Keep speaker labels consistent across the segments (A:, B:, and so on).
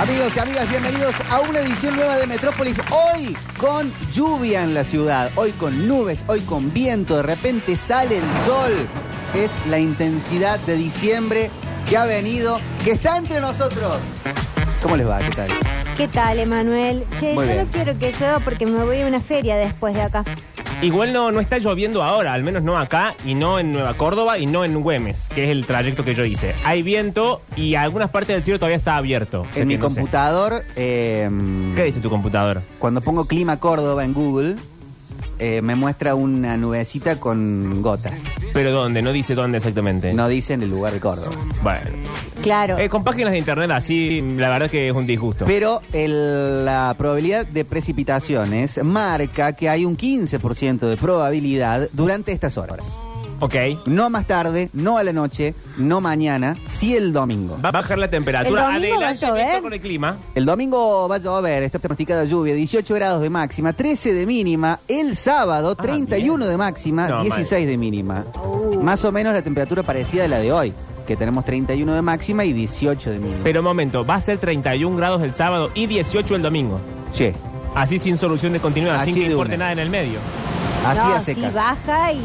A: Amigos y amigas, bienvenidos a una edición nueva de Metrópolis. Hoy con lluvia en la ciudad, hoy con nubes, hoy con viento. De repente sale el sol. Es la intensidad de diciembre que ha venido, que está entre nosotros. ¿Cómo les va? ¿Qué tal?
B: ¿Qué tal, Emanuel? Che,
A: Muy
B: yo
A: bien.
B: no quiero que llueva porque me voy a una feria después de acá.
C: Igual no, no está lloviendo ahora, al menos no acá, y no en Nueva Córdoba, y no en Güemes, que es el trayecto que yo hice. Hay viento y algunas partes del cielo todavía está abierto. O sea
A: En mi
C: que no sé.
A: computador, eh,
C: ¿Qué dice tu computador?
A: cuando pongo clima Córdoba en Google, eh, me muestra una nubecita con gotas.
C: ¿Pero dónde? No dice dónde exactamente.
A: No dicen el lugar de Córdoba.
C: Bueno.
B: Claro.
C: Eh, con páginas de internet así, la verdad es que es un disgusto.
A: Pero el- la probabilidad de precipitaciones marca que hay un 15% de probabilidad durante estas horas.
C: Ok.
A: No más tarde, no a la noche, no mañana, sí el domingo.
C: Va a bajar la temperatura.
B: El domingo va a
C: Adelante
B: llover.
C: viento con el clima.
A: El domingo va a llover, está pronosticada lluvia, 18 grados de máxima, 13 de mínima. El sábado,
C: Ah,
A: 31
C: bien.
A: de máxima,
C: No,
A: 16 de mínima.
B: Uh.
A: Más o menos la temperatura parecida a la de hoy, que tenemos 31 de máxima y 18 de mínima.
C: Pero momento, va a ser 31 grados el sábado y 18 el domingo.
A: Che,
C: Así sin solución de continuidad,
A: Así
C: sin que
A: de
C: importe
A: una.
C: nada en el medio.
A: así
B: no,
A: a secas.
B: sí, baja y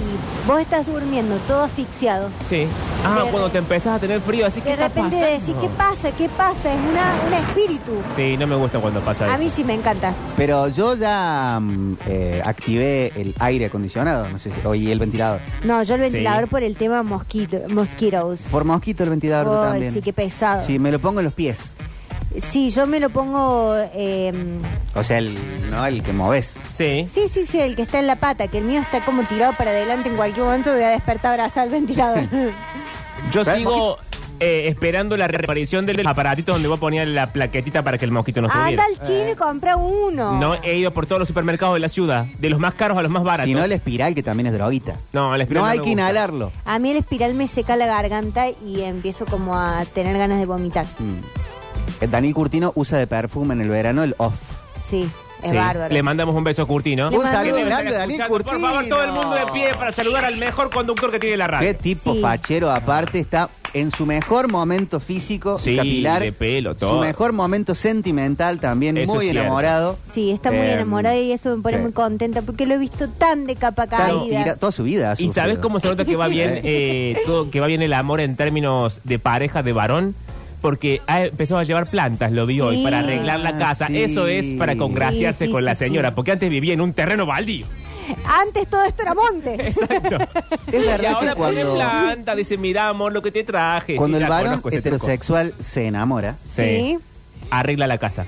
B: vos estás durmiendo, todo asfixiado.
C: Sí. Ah,
B: De-
C: cuando te empezás a tener frío, así que.
B: De repente decís, ¿qué pasa? ¿Qué pasa? Es una, un espíritu.
C: Sí, no me gusta cuando pasa eso.
B: A mí sí me encanta.
A: Pero yo ya mm, eh, activé el aire acondicionado, no sé si, o y el ventilador.
B: No, yo el
C: Sí.
B: ventilador por el tema mosquito, mosquitos.
A: Por mosquito el ventilador yo
B: Ay,
A: también.
B: sí, qué pesado.
A: Sí, me lo pongo en los pies.
B: Sí, yo me lo pongo... eh,
A: O sea, el, no el que moves.
C: Sí.
B: sí, sí, sí, el que está en la pata, que el mío está como tirado para adelante en cualquier momento voy a despertar abrazar el ventilador.
C: Yo
A: ¿Sabes,
C: sigo eh, esperando la reaparición del aparatito donde voy a poner la plaquetita para que el mosquito no
B: Anda
C: estuviera.
B: al Ah, chino y compra uno.
C: No he ido por todos los supermercados de la ciudad, de los más caros a los más baratos.
A: Si no, el espiral, que también es droguita.
C: No, el espiral
A: No
C: no
A: hay
C: me
A: que
C: gusta.
A: inhalarlo.
B: A mí el espiral me seca la garganta y empiezo como a tener ganas de vomitar.
A: Mm. Daniel Curtino usa de perfume en el verano el off.
B: Sí, es
C: Sí.
B: bárbaro.
C: Le mandamos un beso a Curtino.
B: Le
A: Un
B: mando-
A: saludo
B: Que debe
A: grande, Daniel
C: Escuchando,
A: Curtino.
C: Por favor, todo el mundo de pie para saludar al mejor conductor que tiene la radio.
A: Qué tipo
B: Sí.
A: fachero, aparte, está en su mejor momento físico,
C: Sí,
A: capilar.
C: de pelo, todo.
A: Su mejor momento sentimental también,
C: Eso
A: muy
C: es cierto.
A: enamorado.
B: Sí, está muy
A: Eh,
B: enamorado y eso me pone
A: sí.
B: muy contenta porque lo he visto tan de capa
A: Tan
B: caída.
A: tira- toda su vida. ha
C: ¿Y
A: sufrido.
C: sabes cómo se nota que va bien eh, todo, que va bien el amor en términos de pareja de varón? Porque ha empezado a llevar plantas, lo vi hoy,
B: Sí.
C: para arreglar la casa.
A: Ah,
C: Eso
A: sí.
C: es para
B: Sí,
C: congraciarse
B: sí,
C: con
B: sí,
C: la
B: sí.
C: señora, porque antes vivía en un terreno baldío.
B: Antes todo esto era monte.
C: Exacto.
A: Es
C: Y
A: verdad
C: ahora
A: que
C: pone
A: cuando,
C: planta, dice, mira, amor, lo que te traje.
A: cuando
C: Sí,
A: el
C: la
A: varón
C: conozco ese truco.
A: heterosexual se enamora,
B: Sí.
C: Arregla la casa.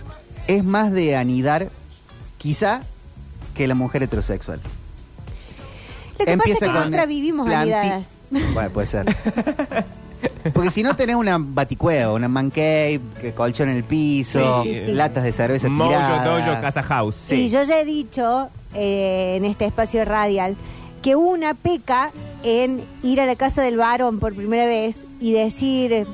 A: es más de anidar, quizá, que la mujer heterosexual.
B: Lo que
A: Empieza
B: pasa es que
A: con
B: nosotras vivimos
A: planti-
B: anidadas.
A: Bueno, puede ser. Porque si no tenés una baticueva, una man cave, que colchón en el piso,
C: Sí, sí,
B: sí.
A: latas de cerveza
C: Mojo,
A: tiradas.
C: dojo, casa house.
B: Y yo ya he dicho eh, en este espacio radial que una peca en ir a la casa del varón por primera vez y decir,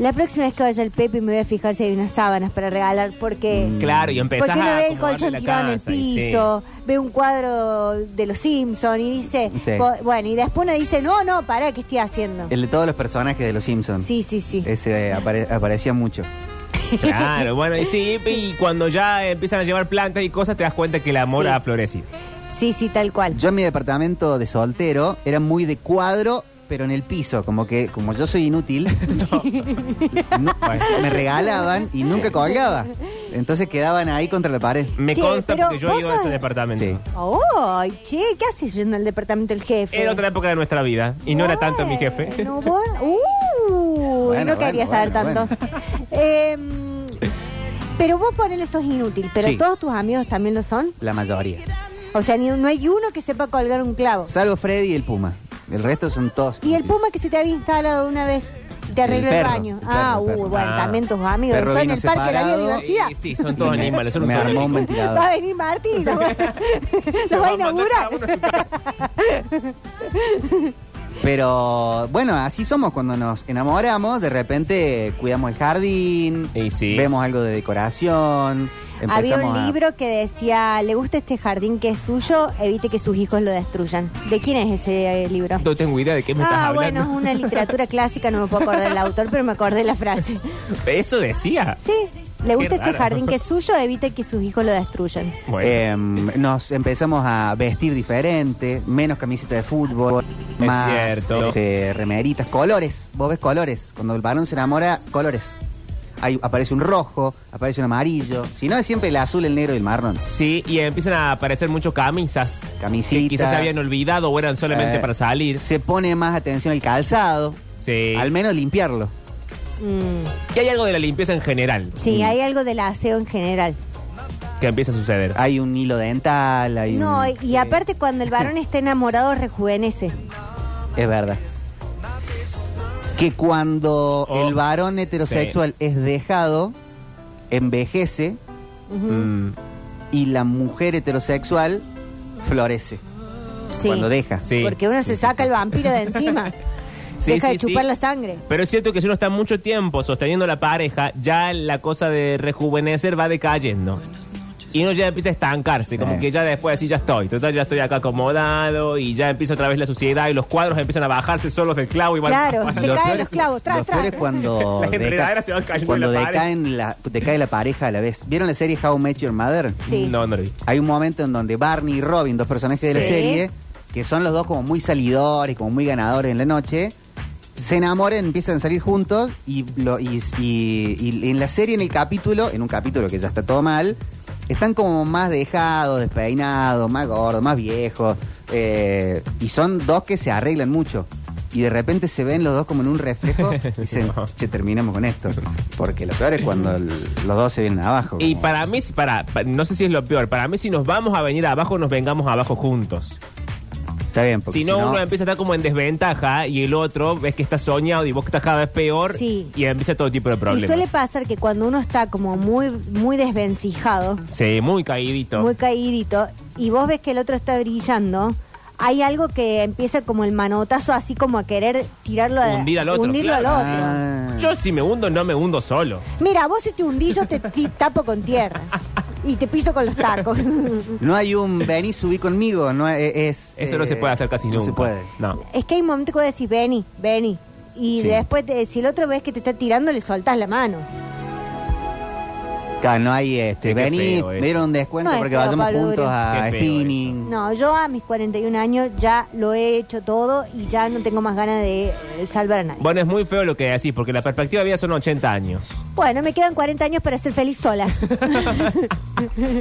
B: la próxima vez que vaya el Pepe me voy a fijar si hay unas sábanas para regalar porque...
A: Mm.
C: Claro, y
B: ¿Por
C: empezás
B: qué no
C: a
B: ve el
C: acomodarle
B: colchón
C: la
B: tirado en el
C: casa, y sí.
B: piso? Ve un cuadro de los Simpsons y dice,
A: Sí.
B: po- bueno, y después uno dice, no, no, pará, ¿qué estoy haciendo?
A: El de todos los personajes de Los Simpsons.
B: Sí, sí, sí.
A: Ese eh, apare- aparecía mucho.
C: Claro, bueno, y sí, y cuando ya empiezan a llevar plantas y cosas, te das cuenta que el amor
B: Sí.
C: ha florecido.
B: Sí, sí, tal cual.
A: Yo en mi departamento de soltero era muy de cuadro, pero en el piso, como que como yo soy inútil, no-
C: Bueno.
A: me regalaban y nunca colgaba. Entonces quedaban ahí contra la pared.
C: Me
B: Che,
C: consta
B: pero
C: porque yo he
B: vos
C: ido a ese
B: sabés-
C: departamento.
A: Sí.
B: ¡Ay, che! ¿Qué haces yendo al departamento del jefe?
C: Era otra época de nuestra vida y no era tanto mi jefe.
B: Bueno, vos- ¡Uh!
A: Bueno,
B: no quería
A: bueno,
B: saber
A: bueno,
B: tanto. Eh, pero vos ponele sos inútil, pero
A: Sí.
B: todos tus amigos también lo son.
A: La mayoría.
B: O sea, ni- no hay uno que sepa colgar un clavo.
A: Salvo Freddy y el Puma. El resto son todos.
B: Y el puma que se te había instalado una vez, te
A: El
B: arregló el,
A: perro,
B: baño.
A: el
B: ah,
A: perro, el
B: uh,
A: perro.
B: bueno,
C: Ah.
B: también tus amigos.
A: Perro
B: Son en
A: vino
B: el parque de la
A: separado.
B: biodiversidad.
C: Sí, sí, son todos
A: Me-
C: animales. Son un
A: me
C: zoológico.
A: armó un
B: Va a
A: ventilador.
B: venir Martín y lo va, lo
C: Nos
B: va a
C: mandar cada
B: inaugurar.
C: uno a su casa.
A: Pero bueno, así somos cuando nos enamoramos. De repente cuidamos el jardín,
C: Y sí.
A: vemos algo de decoración. Empezamos
B: Había un
A: a-
B: libro que decía, le gusta este jardín que es suyo, evite que sus hijos lo destruyan. ¿De quién es ese eh, libro?
C: No tengo idea de qué me estás
B: Ah,
C: hablando.
B: bueno, es una literatura clásica, no me puedo acordar el autor, pero me acordé la frase.
C: ¿Eso decía?
B: Sí, le gusta
C: Ah. Qué
B: este
C: raro.
B: jardín que es suyo, evite que sus hijos lo destruyan.
C: Bueno.
A: Em, nos empezamos a vestir diferente, menos camiseta de fútbol,
C: Es
A: más
C: cierto.
A: este, remeritas, colores. Vos ves colores. Cuando el varón se enamora, colores. Ahí aparece un rojo, aparece un amarillo. Si no, es siempre el azul, el negro y el marrón.
C: Sí, y empiezan a aparecer mucho camisas.
A: Camisita.
C: Que quizás se habían olvidado o eran solamente
A: Eh,
C: para salir.
A: Se pone más atención al calzado,
C: Sí.
A: al menos limpiarlo.
B: Mm,
C: Y hay algo de la limpieza en general
B: Sí, hay algo del aseo en general.
C: que empieza a suceder.
A: Hay un hilo dental, hay
B: No,
A: un-
B: y y aparte cuando el varón está enamorado rejuvenece.
A: Es verdad. Que cuando
C: Oh.
A: el varón heterosexual es dejado, envejece
B: Ujú,
C: Mm,
A: y la mujer heterosexual florece
B: sí.
A: cuando deja.
C: sí.
B: Porque uno
C: Sí,
B: se
C: sí,
B: saca
C: sí.
B: el vampiro de encima.
C: Sí,
B: Deja de
C: sí, sí.
B: chupar la sangre.
C: Pero es cierto que si uno está mucho tiempo sosteniendo la pareja, ya la cosa de rejuvenecer va decayendo. Y uno ya empieza a estancarse, como
A: Eh.
C: que ya después así ya estoy. Total, ya estoy acá acomodado y ya empieza otra vez la suciedad y los cuadros empiezan a bajarse solos del clavo y van
B: Claro, se
A: Lo
B: caen
A: peor
B: los
A: es-
B: clavos, tras,
A: lo
B: tras.
A: peor es cuando,
C: Las enredaderas se van cayendo de
A: cuando
C: la pared.
A: decaen la, decae la pareja a la vez. ¿Vieron la serie How I Met Your Mother?
B: Sí.
C: No, no lo vi.
A: Hay un momento en donde Barney y Robin, dos personajes de la
B: Sí.
A: serie, que son los dos como muy salidores, como muy ganadores en la noche, se enamoran, empiezan a salir juntos y, lo- y- y- y en la serie, en el capítulo, en un capítulo que ya está todo mal, están como más dejados, despeinados, más gordos, más viejos, eh, y son dos que se arreglan mucho. Y de repente se ven los dos como en un reflejo y dicen,
C: No.
A: che, terminemos con esto. Porque lo peor es cuando el- los dos se vienen abajo.
C: Y
A: como-
C: para mí, para, pa- no sé si es lo peor, para mí si nos vamos a venir abajo, nos vengamos abajo juntos.
A: Está bien, porque
C: Si no, uno empieza a estar como en desventaja y el otro ves que está soñado y vos que estás cada vez peor
B: Sí.
C: y empieza todo tipo de problemas.
B: Y suele pasar que cuando uno está como muy, muy desvencijado,
C: Sí, muy caídito.
B: muy caídito, y vos ves que el otro está brillando, hay algo que empieza como el manotazo, así como a querer tirarlo a-
C: Hundir al otro,
B: hundirlo al
C: claro.
B: otro.
A: Ah.
C: Yo si me hundo, no me hundo solo.
B: Mira, vos si te hundís, yo te ti- tapo con tierra. Y te piso con los tacos.
A: No hay un ven y subí conmigo, no e- es...
C: Eso no
A: eh,
C: se puede hacer casi nunca.
A: No se puede.
C: No.
B: es que hay un momento que vos decís, vení, vení. Y
A: Sí.
B: después, te- si el otro ves que te está tirando, le soltás la mano.
A: Claro, no hay este,
C: Sí, qué
A: vení,
C: feo eso.
A: me dieron un descuento
B: No es
A: porque
B: feo,
A: vayamos
B: Pablo
A: juntos
B: Durio.
A: a
C: Qué feo
A: spinning.
B: No, yo a mis 41 años ya lo he hecho todo y ya no tengo más ganas de eh, salvar a nadie.
C: Bueno, es muy feo lo que decís, porque la perspectiva de vida son 80 años.
B: Bueno, me quedan 40 años para ser feliz sola.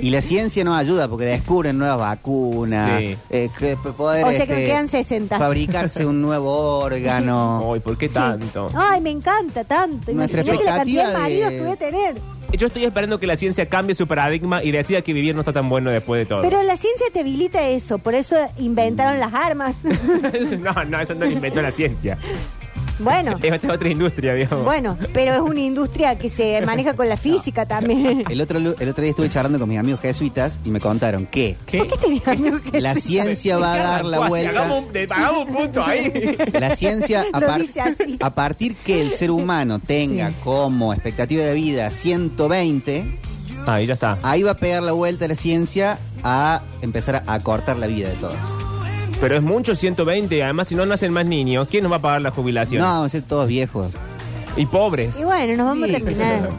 A: Y la ciencia nos ayuda porque descubren nuevas vacunas.
C: Sí.
A: eh, que p- poder,
B: O sea que me
A: este,
B: quedan 60.
A: Fabricarse un nuevo órgano.
C: Ay, ¿por qué tanto?
B: Ay, me encanta tanto.
A: Nuestra
B: Imagínate la cantidad de
A: expectativa
B: maridos
A: de-
B: que voy a tener.
C: Yo estoy esperando que la ciencia cambie su paradigma y decida que vivir no está tan bueno después de todo.
B: Pero la ciencia te habilita eso, por eso inventaron las armas.
C: no, no, eso no lo inventó la ciencia.
B: bueno,
C: Esa es otra industria, digamos.
B: bueno, pero es una industria que se maneja con la física también.
A: El otro, lu- el otro día estuve charlando con mis amigos jesuitas y me contaron que
C: ¿Qué?
B: ¿Por qué tenés amigos que
A: la
B: sí?
A: ciencia va a dar la
C: Cuasi,
A: vuelta.
C: Hagamos, un- de- hagamos un punto ahí.
A: La ciencia, a,
B: Lo
A: par-
B: dice así.
A: a partir que el ser humano tenga como expectativa de vida 120,
C: Ahí ya está.
A: ahí va a pegar la vuelta la ciencia a empezar a cortar la vida de todos.
C: Pero es mucho 120, además si no nacen más niños, ¿quién nos va a pagar la jubilación?
A: No, vamos a ser todos viejos.
C: Y pobres.
B: Y bueno, nos vamos
A: Sí,
B: a terminar.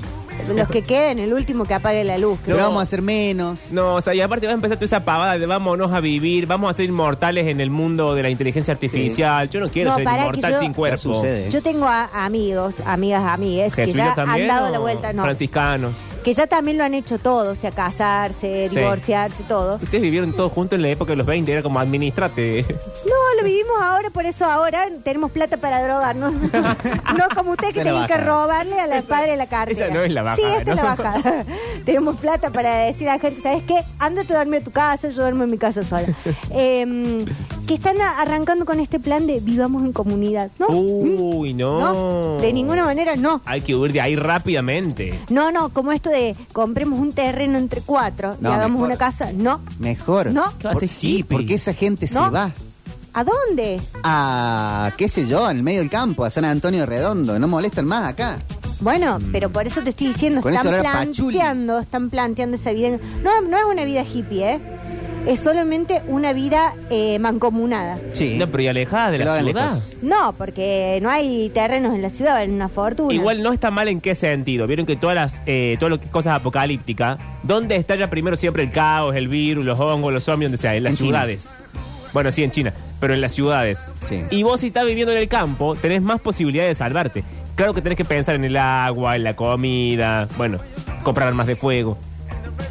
B: Los que queden, el último que apague la luz.
A: Pero
C: No.
A: vamos a hacer menos.
C: No, o sea, y aparte va a empezar toda esa pavada de vámonos a vivir, vamos a ser inmortales en el mundo de la inteligencia artificial. Yo no quiero
B: No,
C: ser
B: pará, que
C: inmortal
B: yo-
C: sin
A: Ya
C: cuerpo.
A: sucede.
B: Yo tengo a amigos, amigas, amigues, que
C: ¿Jesuitas
B: ya han
C: también
B: dado
C: o
B: la vuelta, no,
C: Franciscanos.
B: que ya también lo han hecho todo, o sea, casarse,
C: Sí.
B: divorciarse, todo.
C: Ustedes vivieron todos juntos en la época de los 20, era como administrate.
B: No, lo vivimos ahora, por eso ahora tenemos plata para drogarnos. no como usted
A: Esa
B: que
A: es la
B: tenía que
A: bajada.
B: robarle a la padre de la cartera.
C: esa no es la
B: Sí,
C: bajada,
B: esta es la
C: ¿no?
B: bajada. tenemos plata para decir a la gente, ¿sabes qué? Ándate a dormir a tu casa, yo duermo en mi casa sola. Em, que están a- arrancando con este plan de vivamos en comunidad. No,
C: Uh, Uy, no.
B: no, de ninguna manera no.
C: Hay que huir de ahí rápidamente.
B: No, no, como esto de compremos un terreno entre cuatro
A: No,
B: y hagamos
A: mejor.
B: una casa. No.
A: Mejor.
B: No.
C: ¿Qué va a
A: Por-
C: hacer
A: sí,
C: hippie?
A: porque esa gente se
B: No.
A: va
B: ¿A dónde?
A: a, qué sé yo, al medio del campo, a San Antonio Redondo. No molestan más acá.
B: Bueno, pero por eso te estoy diciendo,
A: Mm. Con
B: están
A: eso era Pachuli.
B: planteando, están planteando esa vida. en- No, no es una vida hippie, ¿eh? Es solamente una vida eh, mancomunada.
A: Sí.
C: No, pero y alejada de
A: Que lo
C: la
A: hagan
C: ciudad.
A: lejos.
B: No, porque no hay terrenos en la ciudad, valen una fortuna.
C: Igual no está mal en qué sentido. Vieron que todas las eh, todo lo que es cosas apocalípticas, ¿dónde estalla primero siempre el caos, el virus, los hongos, los zombies, donde sea? En las
A: En China.
C: ciudades. Bueno, sí, en China, pero en las ciudades.
A: Sí.
C: Y vos si estás viviendo en el campo, tenés más posibilidades de salvarte. Claro que tenés que pensar en el agua, en la comida, bueno, comprar armas de fuego.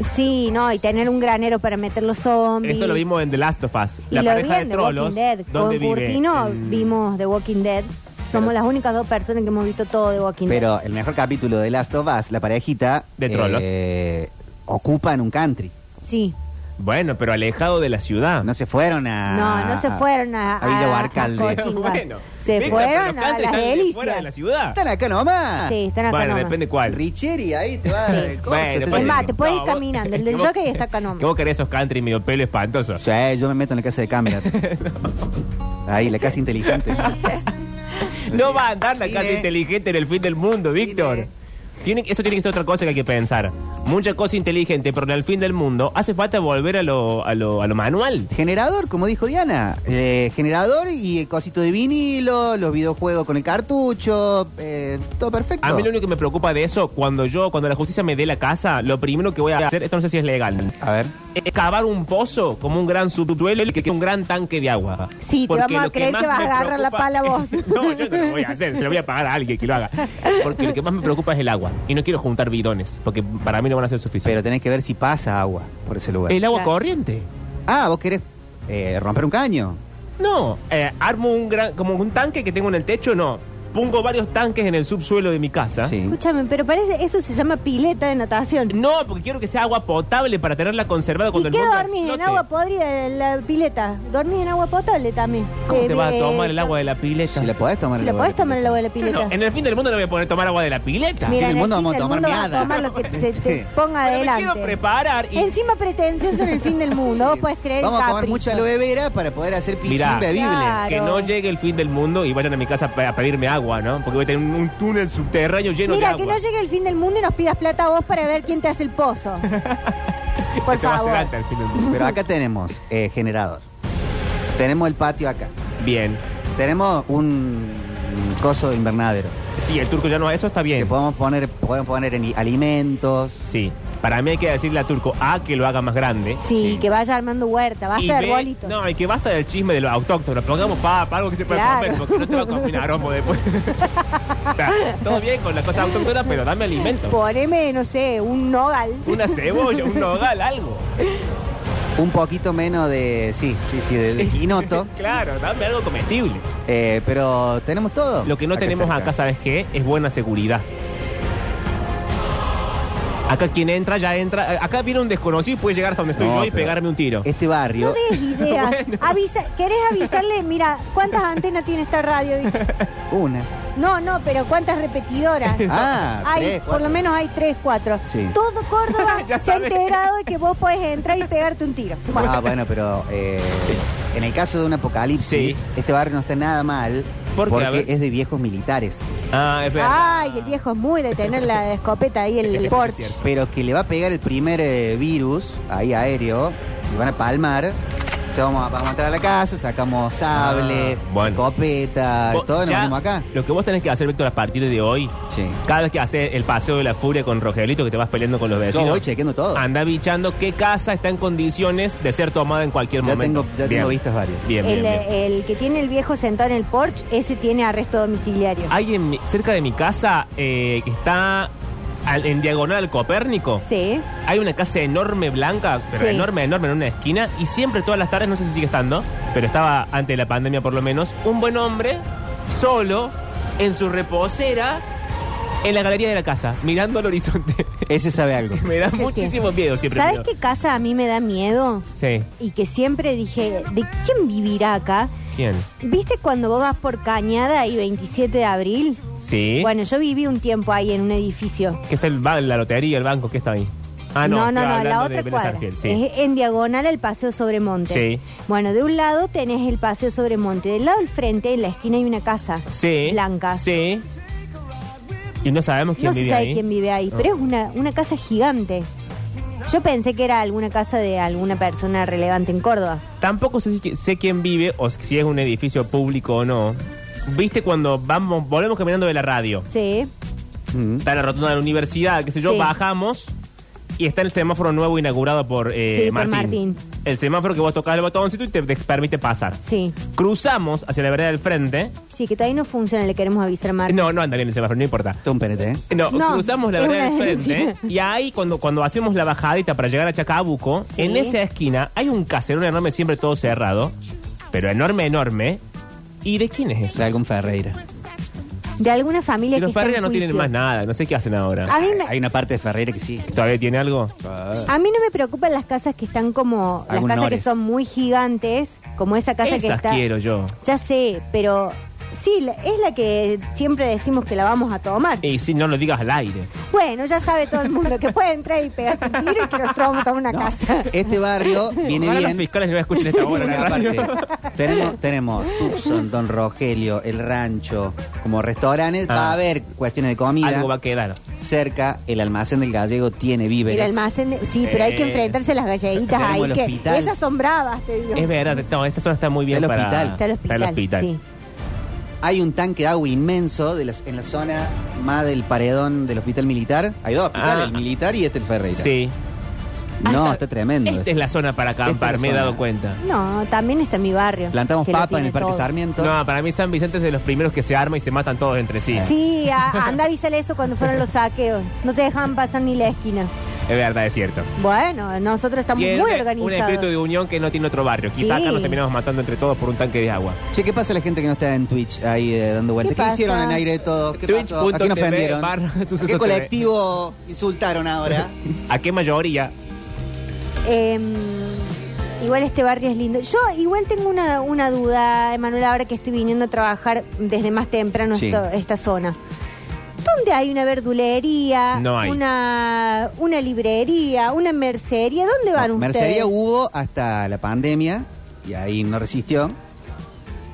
B: Sí, no, y tener un granero para meter los zombies.
C: Esto lo vimos en The Last of Us.
B: y
C: La
B: lo vi
C: pareja de
B: en The
C: trolos.
B: Walking Dead.
C: ¿Dónde
B: Con
C: vive? Mm.
B: Curtino
C: En-
B: vimos The Walking Dead. Somos
C: Pero-
B: las únicas dos personas que hemos visto todo de Walking Dead.
A: Pero el mejor capítulo de Last of Us, la parejita.
C: De trolos.
A: eh, ocupan un country.
B: Sí.
C: Bueno, pero alejado de la ciudad.
A: No se fueron a.
B: No, no se fueron a,
A: a Villa
B: a-
A: Barcalde.
B: a Cochinga.
C: Bueno,
B: se
C: Víctor, pero
B: fueron
C: los
B: a
C: country
B: las
C: están de fuera de la
B: delicias.
C: ciudad.
A: Están acá nomás.
B: Sí, están acá
C: bueno,
B: nomás.
C: depende cuál.
A: Richeri, ahí te va.
B: Sí.
A: el coso,
C: Bueno,
A: te-
C: pues-
B: Es más, te puedes
C: No,
B: ir
C: vos-
B: caminando. El del
C: que vos-
B: jockey está acá nomás.
C: ¿Qué vos querés esos country medio pelo espantoso?
A: Sí, yo me meto en la casa de cámara. ahí, la casa inteligente.
C: No va a andar la
A: Cine.
B: eh.
C: casa inteligente en el fin del mundo, Víctor.
A: Cine.
C: Tiene- eso tiene que ser otra cosa que hay que pensar. Mucha cosa inteligente, pero en el fin del mundo hace falta volver a lo, a lo, a lo manual.
A: Generador, como dijo Diana. Eh, generador y el cosito de vinilo, los videojuegos con el cartucho, eh, todo perfecto.
C: A mí lo único que me preocupa de eso, cuando yo, cuando la justicia me dé la casa, lo primero que voy a hacer, esto no sé si es legal,
A: A ver.
C: es cavar un pozo como un gran subduelo y que quede un gran tanque de agua.
B: Sí, te vamos a
C: lo que
B: creer
C: más
B: que vas a
C: me
B: agarrar la
C: preocupa-
B: pala vos.
C: no, yo no lo voy a hacer, se lo voy a pagar a alguien que lo haga. Porque lo que más me preocupa es el agua. Y no quiero juntar bidones, porque para mí no van a ser
A: Pero
C: suficientes.
A: tenés que ver si pasa agua por ese lugar.
C: el agua
B: Claro.
C: corriente.
A: Ah, vos querés eh, romper un caño.
C: No, eh, armo un gran, como un tanque que tengo en el techo, no. Pongo varios tanques en el subsuelo de mi casa.
A: Sí.
B: Escúchame, pero parece eso se llama pileta de natación.
C: No, porque quiero que sea agua potable para tenerla conservada cuando
B: ¿Y
C: el
B: qué
C: mundo
B: dormís? ¿En
C: explote.
B: agua podrida en la pileta? ¿Dormís en agua potable también?
C: ¿Cómo
B: Eh,
C: te vas a
B: eh,
C: tomar el agua de la pileta?
A: Si la podés tomar
B: Si
A: el
B: la
A: agua
B: podés
A: de la
B: tomar el agua de la
C: Yo no,
B: pileta.
C: en el fin del mundo no voy a poder tomar agua de la pileta.
A: Mira, en el mundo
B: fin
A: vamos a
B: del
A: tomar
B: vas
A: miada.
B: tomar lo que se te ponga
C: Pero me
B: adelante.
C: quiero preparar y
B: Encima pretencioso en el fin del mundo. Vos podés creer
A: Vamos
B: en
A: a comer
B: capricho.
A: mucha aloe vera para poder hacer pichín
C: Mirá.
A: bebible.
B: Claro.
C: que no llegue el fin del mundo y vayan a mi casa pe- a pedirme agua, ¿no? Porque voy a tener un, un túnel subterráneo lleno
B: Mira,
C: de
B: que
C: agua.
B: no llegue el fin del mundo y nos pidas plata a vos para ver quién te hace el pozo. Por
C: Este va a ser
B: favor.
C: alta el fin del mundo.
A: Pero acá tenemos eh, generador. Tenemos el patio acá.
C: Bien.
A: Tenemos un coso de invernadero.
C: Sí, el turco ya no, eso está
A: Que
C: bien.
A: podemos poner, podemos poner en i- alimentos.
C: Sí. Para mí hay que decirle a Turco A que lo haga más grande.
B: Sí,
A: Sí.
B: que vaya armando huerta,
C: Y
B: basta de
C: ve-
B: arbolitos.
C: No, y que basta del chisme de los autóctonos. Pongamos papa, algo que se pueda
B: Claro.
C: comer, porque no te va a comer aroma después. o sea, todo bien con las cosas autóctonas, pero dame alimento.
B: Poneme, no sé, un nogal.
C: Una cebolla, un nogal, algo.
A: Un poquito menos de. Sí, sí, sí, de, de quinoto.
C: Claro, dame algo comestible.
A: Eh, pero tenemos todo.
C: Lo que no tenemos
A: cerca.
C: acá, ¿sabes qué? Es buena seguridad. Acá quien entra, ya entra. Eh, Acá viene un desconocido y puede llegar hasta donde estoy
A: No,
C: yo y
A: pero-
C: pegarme un tiro.
A: Este barrio.
B: No des ideas.
C: Bueno.
B: Avisa, ¿Querés avisarle? Mira, ¿cuántas antenas tiene esta radio? Dice.
A: Una.
B: No, no, pero ¿cuántas repetidoras?
A: Ah,
B: hay,
A: tres,
B: por lo
A: cuatro.
B: menos hay tres, cuatro.
A: Sí.
B: Todo Córdoba
C: Ya
B: se ha
C: sabe.
B: enterado de que vos podés entrar y pegarte un tiro.
A: Ah, bueno, pero eh, en el caso de un apocalipsis,
C: Sí.
A: este barrio no está nada mal
C: ¿Por qué? A
A: porque
C: ver.
A: es de viejos militares.
C: Ah, es verdad.
B: Ay, el viejo es muy de tener la escopeta ahí en el
C: Es
B: porche.
C: cierto.
A: Pero que le va a pegar el primer eh, virus ahí aéreo, y van a palmar. Se vamos, a, vamos a entrar a la casa, sacamos sable,
C: Ah, bueno.
A: copeta,
C: Vos-
A: todo, Ah, nos
C: ya,
A: venimos acá.
C: Lo que vos tenés que hacer, Víctor, a partir de hoy,
A: Sí.
C: cada vez que haces el paseo de la furia con Rogelito, que te vas peleando con los
A: Yo
C: vecinos,
A: voy chequeando todo.
C: anda bichando qué casa está en condiciones de ser tomada en cualquier
A: Ya
C: momento.
A: tengo, ya
C: Bien.
A: tengo vistas varias.
C: Bien, bien,
B: El, eh,
C: bien.
B: el que tiene el viejo sentado en el porche, ese tiene arresto domiciliario.
C: Hay en mi- cerca de mi casa eh, que está al- en diagonal al Copérnico.
B: Sí.
C: Hay una casa enorme blanca, pero
B: Sí.
C: enorme, enorme en una esquina. Y siempre, todas las tardes, no sé si sigue estando, pero estaba antes de la pandemia por lo menos, un buen hombre, solo, en su reposera, en la galería de la casa, mirando al horizonte.
A: Ese sabe algo.
C: Me da
B: Sí, sí.
C: muchísimo miedo siempre.
B: ¿Sabes
C: miedo.
B: qué casa a mí me da miedo?
C: Sí.
B: Y que siempre dije, ¿de quién vivirá acá?
C: ¿Quién?
B: ¿Viste cuando vos vas por Cañada y 27 de abril?
C: Sí.
B: Bueno, yo viví un tiempo ahí en un edificio.
C: Que está el ba- la lotería, el banco, ¿qué está ahí? Ah, no,
B: no, no,
C: estoy
B: la
C: hablando de
B: otra
C: Vélez
B: cuadra.
C: Arfiel, sí.
B: Es en diagonal el Paseo Sobre Monte.
C: Sí.
B: Bueno, de un lado tenés el Paseo Sobre Monte, del lado del frente, en la esquina hay una casa
C: Sí.
B: blanca.
C: Sí. Y no sabemos quién
B: no
C: vive
B: se sabe
C: ahí.
B: quién vive ahí, pero es una, una casa gigante. Yo pensé que era alguna casa de alguna persona relevante en Córdoba.
C: Tampoco sé, si- sé quién vive o si es un edificio público o no. ¿Viste cuando vamos, volvemos caminando de la radio?
B: Sí.
A: Mm.
C: Está en la rotonda de la universidad, qué sé yo,
B: Sí.
C: bajamos y está el semáforo nuevo inaugurado por,
B: Sí,
C: eh,
B: por
C: Martín.
B: Martín.
C: El semáforo que vos tocás el botoncito y te, te permite pasar.
B: Sí.
C: Cruzamos hacia la vereda del frente.
B: Sí, que todavía no funciona, le queremos avisar a Martín.
C: No, no anda bien el semáforo, no importa.
A: Esto es un penete, ¿eh?
C: No,
B: No,
C: cruzamos la
B: es
C: vereda del
B: una
C: frente ¿eh?
B: denuncia.
C: y ahí cuando, cuando hacemos la bajadita para llegar a Chacabuco,
B: Sí.
C: en esa esquina hay un caserón enorme, siempre todo cerrado, pero enorme, enorme. ¿Y de quién es eso?
A: De algún Ferreira.
B: De alguna familia
C: Y los
B: que está en
C: Ferreira no tienen
B: juicio. Ah.
C: más nada, no sé qué hacen ahora.
B: A mí, me-
A: Hay una parte de Ferreira que sí.
C: ¿Todavía tiene algo?
A: Ah.
B: a mí no me preocupan las casas que están como... Las
A: Algún
B: casas que
A: Nores.
B: son muy gigantes, como esa casa que
C: Esas
B: está...
C: quiero yo.
B: Ya sé, pero sí, la- es la que siempre decimos que la vamos a tomar.
C: Y si no lo digas al aire.
B: Bueno, ya sabe todo el mundo que puede entrar y pegarte un tiro y que nos vamos a tomar una
A: No,
B: casa.
A: Este barrio viene
C: Ahora los
A: bien.
C: fiscales no escuchen esta hora. en
A: Porque
C: la radio.
A: aparte, tenemos, tenemos Tucson, Don Rogelio, El Rancho, como restaurantes. Va
C: Ah.
A: a haber cuestiones de comida.
C: Algo va a quedar.
A: Cerca, el almacén del gallego tiene víveres.
B: El almacén, sí, pero hay que
C: Eh.
B: enfrentarse a las galletitas
A: Tenemos
B: ahí,
A: el
B: que
A: hospital.
B: esas son bravas, te digo.
C: Es verdad, no, esta zona está muy bien
A: Está el
C: para...
A: hospital.
B: Está el hospital. sí.
A: Hay un tanque de agua inmenso de las- en la zona más del paredón del hospital militar. Hay dos hospitales,
C: Ah.
A: el militar y este el Ferreira.
C: Sí.
A: No,
C: Ah,
A: está tremendo.
C: Esta
B: este
C: es la zona para acampar,
A: Esta es la
C: me he
A: zona.
C: dado cuenta.
B: No, también está en mi barrio.
A: Plantamos
B: que lo
A: papa en
B: tiene
A: el Parque
B: todo.
A: Sarmiento.
C: No, para mí San Vicente es de los primeros que se arma y se matan todos entre sí.
B: Sí, a- anda avísale eso cuando fueron los saqueos. No te dejaban pasar ni la esquina.
C: Es verdad, es cierto.
B: Bueno, nosotros estamos
C: Tiene
B: muy
C: un
B: organizados.
C: espíritu de unión que no tiene otro barrio. Quizá
B: Sí.
C: acá nos terminamos matando entre todos por un tanque de agua.
A: Che, ¿qué pasa a la gente que no está en Twitch ahí eh, dando vueltas? ¿Qué,
B: ¿Qué pasa?
A: hicieron en aire de todo? ¿Qué
C: Twitch
A: pasó?
C: punto
A: ¿A qué nos
C: TV
A: ofendieron?
C: barra
A: ¿A
C: suceso
A: qué
C: TV?
A: colectivo insultaron ahora?
C: ¿A qué mayoría?
B: Eh, igual este barrio es lindo. Yo igual tengo una, una duda, Emanuel, ahora que estoy viniendo a trabajar desde más temprano
A: Sí.
B: esto- esta zona. ¿Dónde hay una verdulería,
C: No hay.
B: Una, una librería, una mercería? ¿Dónde van
A: No,
B: ustedes?
A: mercería uh, hubo hasta la pandemia y ahí no resistió.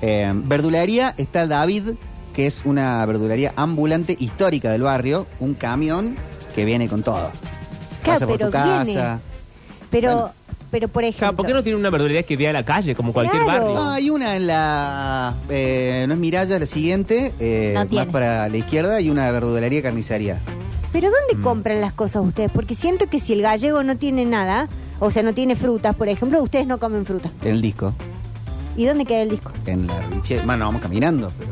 A: Eh, verdulería está David, que es una verdulería ambulante histórica del barrio, un camión que viene con todo.
B: Claro,
A: pasa por
B: pero
A: tu casa.
B: viene. pero,
A: Bueno.
B: pero por ejemplo...
C: Ja, ¿Por qué no tiene una verdulería que dé a la calle, como cualquier
B: Claro.
C: barrio?
A: No, hay una en la. eh, no es Miralla, la siguiente. eh,
B: No
A: más
B: tiene.
A: para la izquierda y una verdulería carnicería.
B: ¿Pero dónde
A: Mm.
B: compran las cosas ustedes? Porque siento que si el gallego no tiene nada, o sea, no tiene frutas, por ejemplo, ustedes no comen frutas.
A: En el disco.
B: ¿Y dónde queda el disco?
A: En la Richel. Bueno, vamos caminando, pero.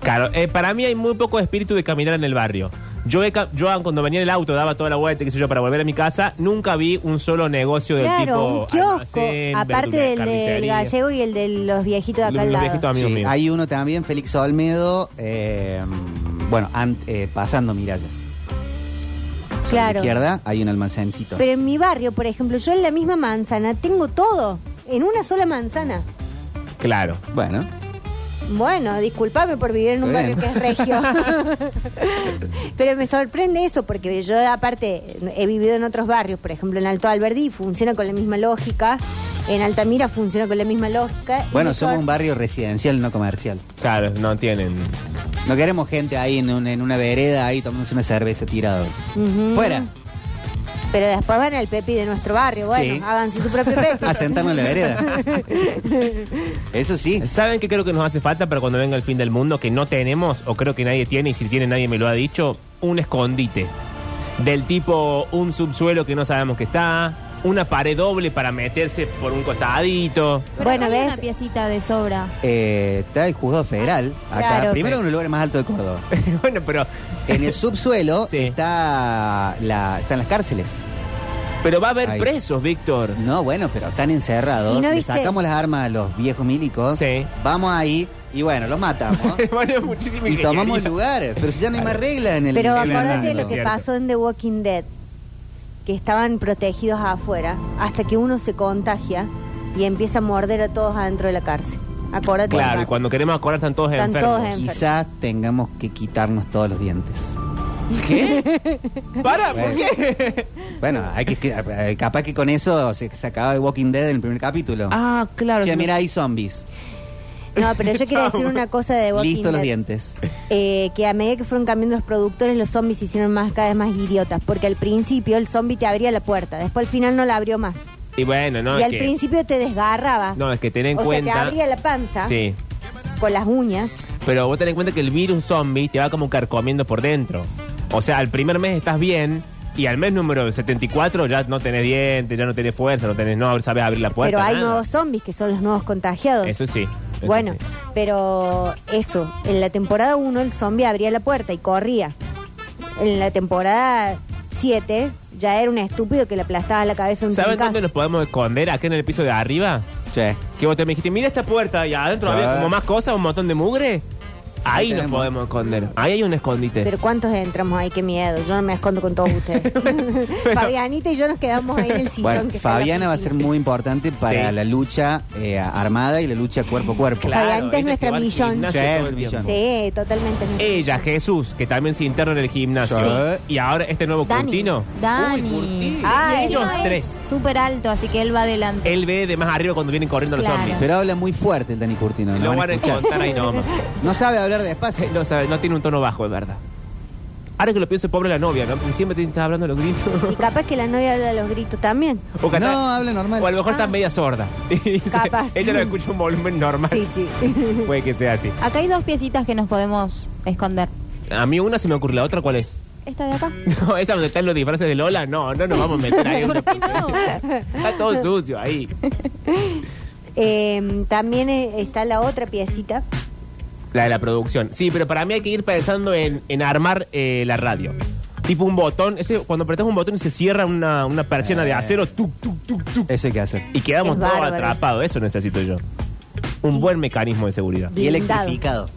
C: Claro, eh, para mí hay muy poco espíritu de caminar en el barrio. Yo, he ca- yo cuando venía en el auto daba toda la vuelta, qué sé yo, para volver a mi casa, nunca vi un solo negocio del
B: Claro,
C: tipo
B: un kiosco,
C: almacén,
B: aparte
C: verdulería,
B: del, del
C: carnicería.
B: gallego y el de los viejitos de acá
C: Los-
B: al
C: los
B: lado.
C: viejitos amigos
A: Sí,
C: míos.
A: hay uno también, Félix Olmedo. eh, bueno, an- eh, pasando Mirallas. O sea, A la
B: Claro.
A: izquierda hay un almacencito.
B: Pero en mi barrio, por ejemplo, yo en la misma manzana tengo todo, en una sola manzana.
C: Claro.
A: Bueno,
B: Bueno, discúlpame por vivir en un
A: Está
B: barrio
A: bien.
B: que es regio. Pero me sorprende eso, porque yo aparte he vivido en otros barrios, por ejemplo en Alto Alberdi, funciona con la misma lógica, en Altamira funciona con la misma lógica. y
A: bueno
B: me
A: somos
B: sor-
A: un barrio residencial, no comercial.
C: Claro, no tienen.
A: No queremos gente ahí en, un- en una vereda, ahí tomándose una cerveza tirado.
B: Ujú.
A: Fuera,
B: Pero después van al Pepi de nuestro barrio, bueno,
A: Sí.
B: háganse su propio Pepi.
A: a sentarnos en la vereda. Eso sí.
C: ¿Saben qué creo que nos hace falta para cuando venga el fin del mundo? Que no tenemos, o creo que nadie tiene, y si tiene nadie me lo ha dicho, un escondite. Del tipo un subsuelo que no sabemos que está, una pared doble para meterse por un costadito.
D: Pero
B: Bueno,
D: hay
B: ¿ves?
D: una piecita de sobra.
A: Eh, está el juzgado federal acá.
B: Claro.
A: Primero
C: Sí.
A: en los lugares más altos de Córdoba.
C: bueno, pero,
A: En el subsuelo
C: Sí.
A: está la, están las cárceles.
C: pero va a haber
A: Ay.
C: presos, Víctor.
A: No, bueno, pero están encerrados.
B: ¿Y no
A: Le
B: viste?
A: sacamos las armas a los viejos milicos.
C: Sí.
A: Vamos ahí y bueno, los matamos.
C: Bueno, muchísima
A: y tomamos el
C: ingeniería.
A: lugar. Pero si ya no hay más reglas en el
B: Pero
A: en el
B: acordate de
A: mundo.
B: lo que
C: Cierto.
B: pasó en The Walking Dead, que estaban protegidos afuera hasta que uno se contagia y empieza a morder a todos adentro de la cárcel. Acordate. de
C: Claro,
B: eso.
C: y cuando queremos acordar están todos
B: Están
C: enfermos.
B: todos enfermos.
A: Quizás tengamos que quitarnos todos los dientes.
C: ¿Qué? ¿Para? Ah, ¿Por
A: Bueno.
C: qué?
A: Bueno, hay que, eh, capaz que con eso se, se acaba de Walking Dead en el primer capítulo.
C: ah, claro.
A: Che,
C: sí.
A: mira, hay zombies.
B: No, pero yo quiero decir una cosa de The
A: Listo los
B: Walking Dead.
A: dientes.
B: eh, que a medida que fueron cambiando los productores, los zombies se hicieron más cada vez más idiotas, porque al principio el zombie te abría la puerta, después al final no la abrió más.
C: Y bueno, no,
B: y
C: es
B: al
C: que,
B: principio te desgarraba.
C: no, es que ten en
B: o
C: cuenta.
B: sea, te abría la panza
C: Sí,
B: con las uñas.
C: pero vos ten en cuenta que el virus zombie te va como carcomiendo por dentro. O sea, al primer mes estás bien y al mes número 74 ya no tenés dientes, ya no tenés fuerza, no tenés no sabes abrir la puerta.
B: pero hay
C: nada.
B: nuevos zombies que son los nuevos contagiados.
C: Eso sí. eso
B: bueno,
C: sí.
B: pero eso, en la temporada 1 el zombie abría la puerta y corría. En la temporada 7 ya era un estúpido que le aplastaba la cabeza a un
C: ¿Saben
B: trancazo.
C: dónde nos podemos esconder? Acá en el piso de arriba.
A: Che.
C: Que vos te me dijiste, mira esta puerta y adentro
A: Claro.
C: había como más cosas, un montón de mugre.
A: Ahí
C: Ahí nos
A: tenemos.
C: podemos esconder. Ahí hay un escondite.
B: Pero ¿cuántos entramos ahí? Qué miedo. Yo no me escondo con todos ustedes. Fabianita y yo nos quedamos ahí en el sillón.
A: Bueno,
B: que está en la
A: Fabiana va a ser
B: piscina.
A: muy importante para
C: Sí.
A: la lucha eh, armada y la lucha cuerpo a cuerpo.
B: Claro. Fabián, es
C: ella
B: nuestra
C: que va al
B: millón.
C: gimnasio
A: Sí,
C: todo
A: es
C: el
A: millón.
C: tiempo.
B: Sí, totalmente.
C: Ella, Jesús, que también se interna en el gimnasio.
A: Sí.
C: Y ahora este nuevo
D: Dani.
C: Curtino,
D: Dani.
A: Uy, Curtino.
B: Ah,
D: Y encima
C: ellos
D: es
C: tres.
D: Súper alto, así que él va adelante.
C: él ve de más arriba cuando vienen corriendo los
D: Claro.
C: zombies.
A: Pero habla muy fuerte el Dani Curtino. lo
C: Lo
A: van a escuchar.
C: contar ahí nomás.
A: No sabe hablar despacio.
C: No, sabe, no tiene un tono bajo, es verdad. Ahora que lo pienso, pobre la novia, ¿no? Porque siempre te está hablando los gritos.
B: Y capaz que la novia habla los gritos también.
C: O, que
A: No,
C: está-
A: habla normal.
C: o a lo mejor está
B: Ah.
C: media sorda. Y se-
B: Capaz.
C: Ella lo escucha un volumen normal.
B: Sí, sí.
C: Puede que sea así.
D: Acá hay dos piecitas que nos podemos esconder.
C: A mí una se me ocurre, la otra cuál es.
D: Esta de acá.
C: No, esa donde están los disfraces de Lola, no, no nos vamos a meter ahí.
D: ¿Por qué no?
C: Está todo sucio ahí.
B: Eh, también eh, está la otra piecita.
C: La de la producción. Sí, pero para mí hay que ir pensando en, en armar eh, la radio. Tipo un botón. Eso, cuando apretas un botón y se cierra una, una persiana de
A: Eh.
C: acero. Tuc, tuc, tuc, tuc,
A: Eso hay que hacer.
C: y quedamos
B: Es
C: todos
B: bárbaro.
C: atrapados. Eso necesito yo. Un buen mecanismo de seguridad.
A: Y
B: Blindado.
A: electrificado.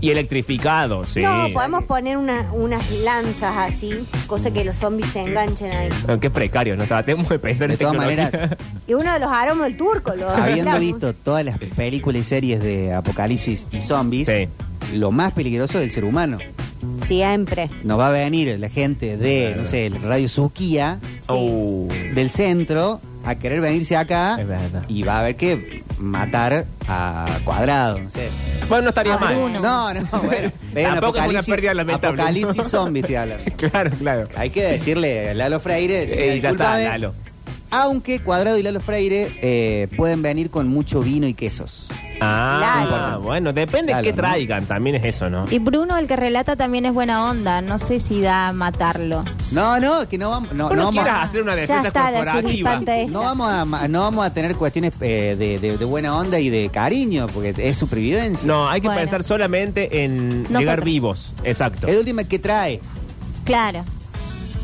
C: Y electrificado, sí.
B: No, podemos poner una- unas lanzas así, cosa que los zombies se enganchen ahí.
C: Qué precario, ¿no? Tratemos de pensar
A: De
C: en
A: todas
C: tecnología.
A: maneras,
B: Y uno de los aromos del turco. Lo
A: habiendo
B: hablamos.
A: visto todas las películas y series de apocalipsis y zombies,
C: Sí.
A: lo más peligroso del ser humano.
B: Siempre.
A: Nos va a venir la gente de, no sé, el Radio Suquía,
C: Oh.
A: del centro, a querer venirse acá
C: Es verdad.
A: y va a haber que matar a cuadrado, no sé.
C: Bueno, no estaría
D: A
C: mal.
D: Bruno.
A: No, no, bueno. Ven,
C: Tampoco es una
A: apocalipsis,
C: pérdida lamentable.
A: apocalipsis zombie te hablan.
C: Claro, claro.
A: Hay que decirle a Lalo Freire,
C: Eh, ya está,
A: discúlpame,
C: Lalo.
A: aunque Cuadrado y Lalo Freire eh, pueden venir con mucho vino y quesos.
C: Ah,
A: Lalo.
C: bueno, depende
A: Lalo,
C: qué
A: ¿no?
C: traigan, también es eso, ¿no?
D: Y Bruno, el que relata, también es buena onda. No sé si da a matarlo.
A: No, no, que no vamos, no,
C: Vos
A: no
C: no
A: vamos,
C: quieras hacer una
B: Ya
C: defensa
B: está, la
C: corporativa.
B: suripanta esta.
A: no vamos a ma- no vamos a tener cuestiones eh, de, de- de buena onda y de cariño, porque es supervivencia.
C: No, hay que
D: Bueno.
C: pensar solamente en
D: Nosotros.
C: llegar vivos. Exacto.
A: Es la última que trae.
D: Claro.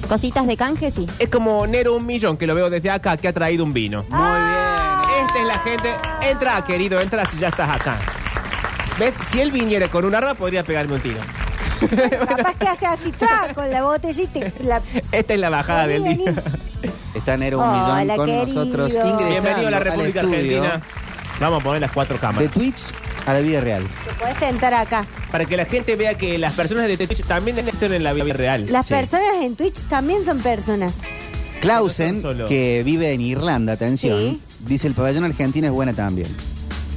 D: Cositas de canje, sí.
C: Es como Nero un millón que lo veo desde acá que ha traído un vino.
B: Ah,
C: Esta es la gente. Entra, querido, entra si ya estás acá. ¿Ves? Si él viniera con un arma podría pegarme un tiro.
B: Capaz que hace así, tra, con la botellita. y La...
C: Esta es la bajada
B: Vení,
C: del día.
B: vení.
A: Está Nero un
B: Hola,
A: millón con
B: querido.
A: nosotros ingresando
C: Bienvenido a la
A: al
C: República
A: estudio
C: Argentina. Vamos a poner las cuatro
A: De
C: cámaras.
A: Twitch a la vida real.
B: Te podés sentar acá.
C: Para que la gente vea que las personas de Twitch también existen en la vida real.
B: Las
A: Sí.
B: personas en Twitch también son personas.
A: Clausen,
C: No son solo.
A: que vive en Irlanda, atención,
B: Sí.
A: dice el pabellón argentino es buena también.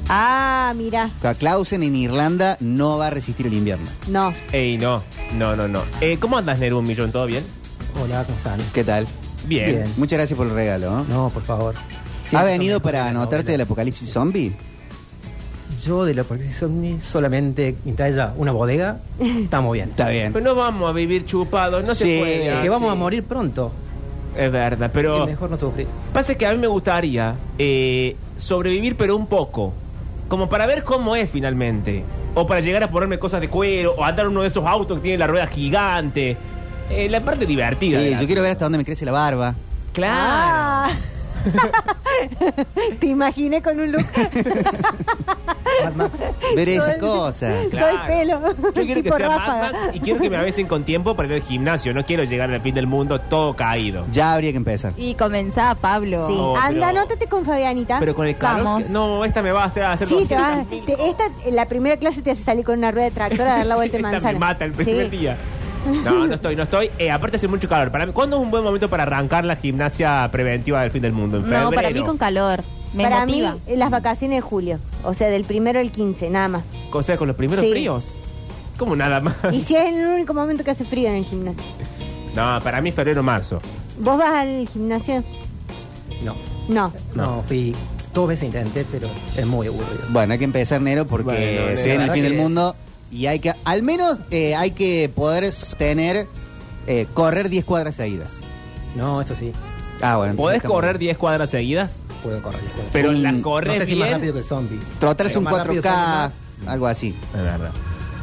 B: Ah, mira.
A: O sea, Clausen en Irlanda no va a resistir el invierno.
B: No.
C: Ey, no. No, no, no. Eh, ¿Cómo andas, Nero un millón? ¿Todo bien?
E: Hola, ¿cómo están?
A: ¿Qué tal?
C: Bien.
E: Bien.
A: Muchas gracias por el regalo. ¿no?
E: No, por favor.
A: ¿Ha
E: Siempre
A: venido
E: mejor
A: para
E: la
A: anotarte
E: novela.
A: del apocalipsis zombie?
E: Yo de la Apocalipsis Omni solamente mientras haya una bodega, estamos bien.
A: Está bien.
C: Pero no vamos a vivir chupados, no
A: Ah, Sí,
C: se puede.
A: es
E: que vamos
C: así.
E: a morir pronto.
C: Es verdad, pero
E: Es mejor no sufrir.
C: pasa que a mí me gustaría eh, sobrevivir, pero un poco. Como para ver cómo es finalmente. O para llegar a ponerme cosas de cuero, o andar uno de esos autos que tiene la rueda gigante. Eh, la parte
A: Sí,
C: divertida. de la-
A: yo quiero ver hasta dónde me crece la barba.
B: Ah,
C: Claro.
B: Te imaginé con un look.
E: Mad Max.
A: Ver esas
B: Todo el-
A: cosas.
B: todo
C: claro.
B: el pelo.
C: Yo quiero que
B: Tipo
C: sea Mad
B: ráfaga.
C: Max y quiero que me avisen con tiempo para ir al gimnasio. No quiero llegar al fin del mundo todo caído.
A: Ya habría que empezar.
D: Y comenzá, Pablo.
B: Sí.
C: No,
B: Anda,
C: pero-
B: anótate con Fabianita.
C: Pero con el calor.
D: Vamos.
C: que- No, esta me va a hacer hacer
B: Sí, te
C: 200.000
B: vas, te- esta, en la primera clase te hace salir con una rueda de tractor a dar la vuelta de
C: Esta
B: manzana.
C: me mata el primer
B: Sí.
C: día. No, no estoy, no estoy. Eh, aparte hace mucho calor. Para mí, ¿cuándo es un buen momento para arrancar la gimnasia preventiva del fin del mundo? En
D: No, para mí
C: febrero.
D: con calor. Me
B: Para
D: motiva.
B: mí, eh, las vacaciones de julio. O sea, del primero al 15, nada más.
C: O sea, con los primeros
B: Sí.
C: fríos. Como nada más.
B: Y si es el único momento que hace frío en el gimnasio.
C: No, para mí febrero, marzo.
B: ¿Vos vas al gimnasio?
E: No,
B: No.
E: no, fui dos veces intenté, pero es muy aburrido.
A: Bueno, hay que empezar enero porque
C: Bueno, la
A: se viene el
E: verdad
A: fin del
E: que-
A: mundo y hay que, al menos eh, hay que poder tener, eh, correr 10 cuadras seguidas.
E: No, eso sí,
A: Ah, bueno.
C: ¿Podés
A: entonces
C: correr
A: estamos-
C: 10 cuadras seguidas?
E: puedo correr después.
C: Pero
A: Un-
C: las
E: no
C: corres
E: sé si más
C: bien.
E: rápido que el zombie.
A: Trotarse
E: Pero
A: un
E: más rápido
A: 4K,
E: que el
A: algo así.
C: Es verdad.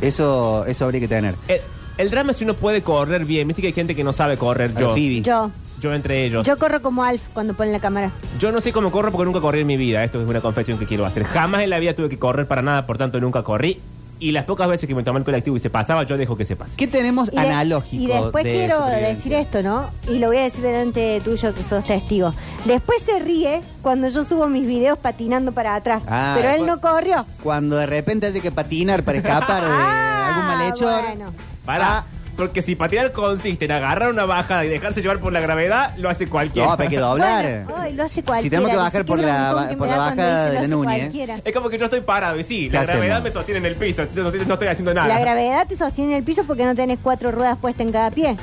A: Eso, eso habría que tener.
C: El, el drama es si uno puede correr bien. Viste que hay gente que no sabe correr.
A: A la
C: Yo.
A: Phoebe.
B: Yo.
C: Yo entre ellos. Yo.
B: Yo corro como Alf cuando ponen la cámara.
C: no sé cómo corro porque nunca corrí en mi vida. Esto es una confesión que quiero hacer. Jamás en la vida tuve que correr para nada, por tanto nunca corrí. Y las pocas veces que me tomé el colectivo y se pasaba, yo dejo que se pase.
A: ¿Qué tenemos
B: de-
A: analógico?
B: Y después
A: de
B: quiero
A: supervivencia?
B: decir esto, ¿no? Y lo voy a decir delante tuyo, que sos testigo. Después se ríe cuando yo subo mis videos patinando para atrás.
A: Ah,
B: pero él
A: después-
B: no corrió.
A: Cuando de repente hay que patinar para escapar de
B: Ah,
A: algún malhechor.
B: bueno.
C: Para.
A: Ah.
C: Porque si patinar consiste en agarrar una bajada y dejarse llevar por la gravedad, lo hace cualquiera.
A: No, pero hay que doblar.
B: Bueno, ay, lo hace
A: si
B: cualquiera,
A: tenemos que
B: ni
A: bajar por
B: siquiera
A: la,
B: un montón que
A: por
B: me
A: la
B: da cuando
A: bajada
B: dice
A: de
B: lo
A: la
B: hace
A: Núñez.
B: cualquiera.
C: Es como que yo estoy parado y sí,
A: ¿Qué
C: la
A: hacemos?
C: gravedad me sostiene en el piso, yo no, no estoy haciendo nada.
B: La gravedad te sostiene en el piso porque no tenés cuatro ruedas puestas en cada pie.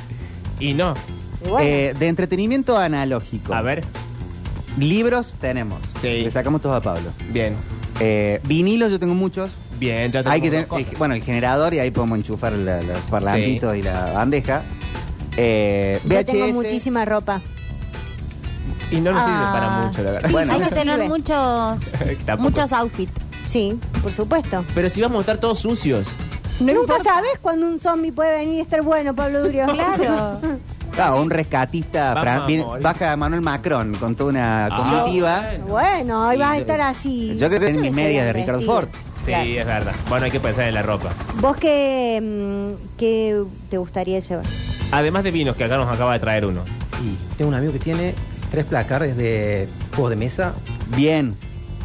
C: Y no,
B: Y bueno,
A: Eh, de entretenimiento analógico.
C: a ver,
A: Libros tenemos.
C: Sí.
A: Le sacamos todos a Pablo.
C: bien,
A: Eh, vinilos yo tengo muchos.
C: bien, ya
A: Hay que
C: tenemos
A: tener,
C: dos
A: eh,
C: cosas.
A: bueno, el generador y ahí podemos enchufar la- los parlantitos y la bandeja. Eh,
B: yo tengo
A: VHS.
B: muchísima ropa.
C: Y no nos sirve
D: Ah.
C: para mucho, la verdad.
D: Sí,
A: Bueno.
D: hay que
B: Bueno. Sirve.
D: tener muchos,
C: Tampoco.
D: muchos outfits.
B: Sí, por supuesto.
C: Pero si vamos a estar todos sucios.
B: Nunca sabes cuando un zombie puede venir y estar bueno, Pablo Durio.
D: Claro.
A: Ah, un rescatista.
C: Vamos
A: Fran-
C: a
A: viene-
C: morir.
A: baja Manuel Macron con toda una
C: Ah,
A: comitiva.
C: bueno.
B: Bueno, hoy
A: Y
B: vas a
A: yo-
B: estar así.
A: Yo creo que en mis
B: Estoy
A: medias de
B: bien
A: Ricardo
B: vestida.
A: Ford.
C: Sí,
B: Claro.
C: es verdad. Bueno, hay que pensar en la ropa.
B: ¿Vos qué, mm, qué te gustaría llevar?
C: Además de vinos, que acá nos acaba de traer uno.
E: Y tengo un amigo que tiene tres placares de juegos de mesa,
A: Bien,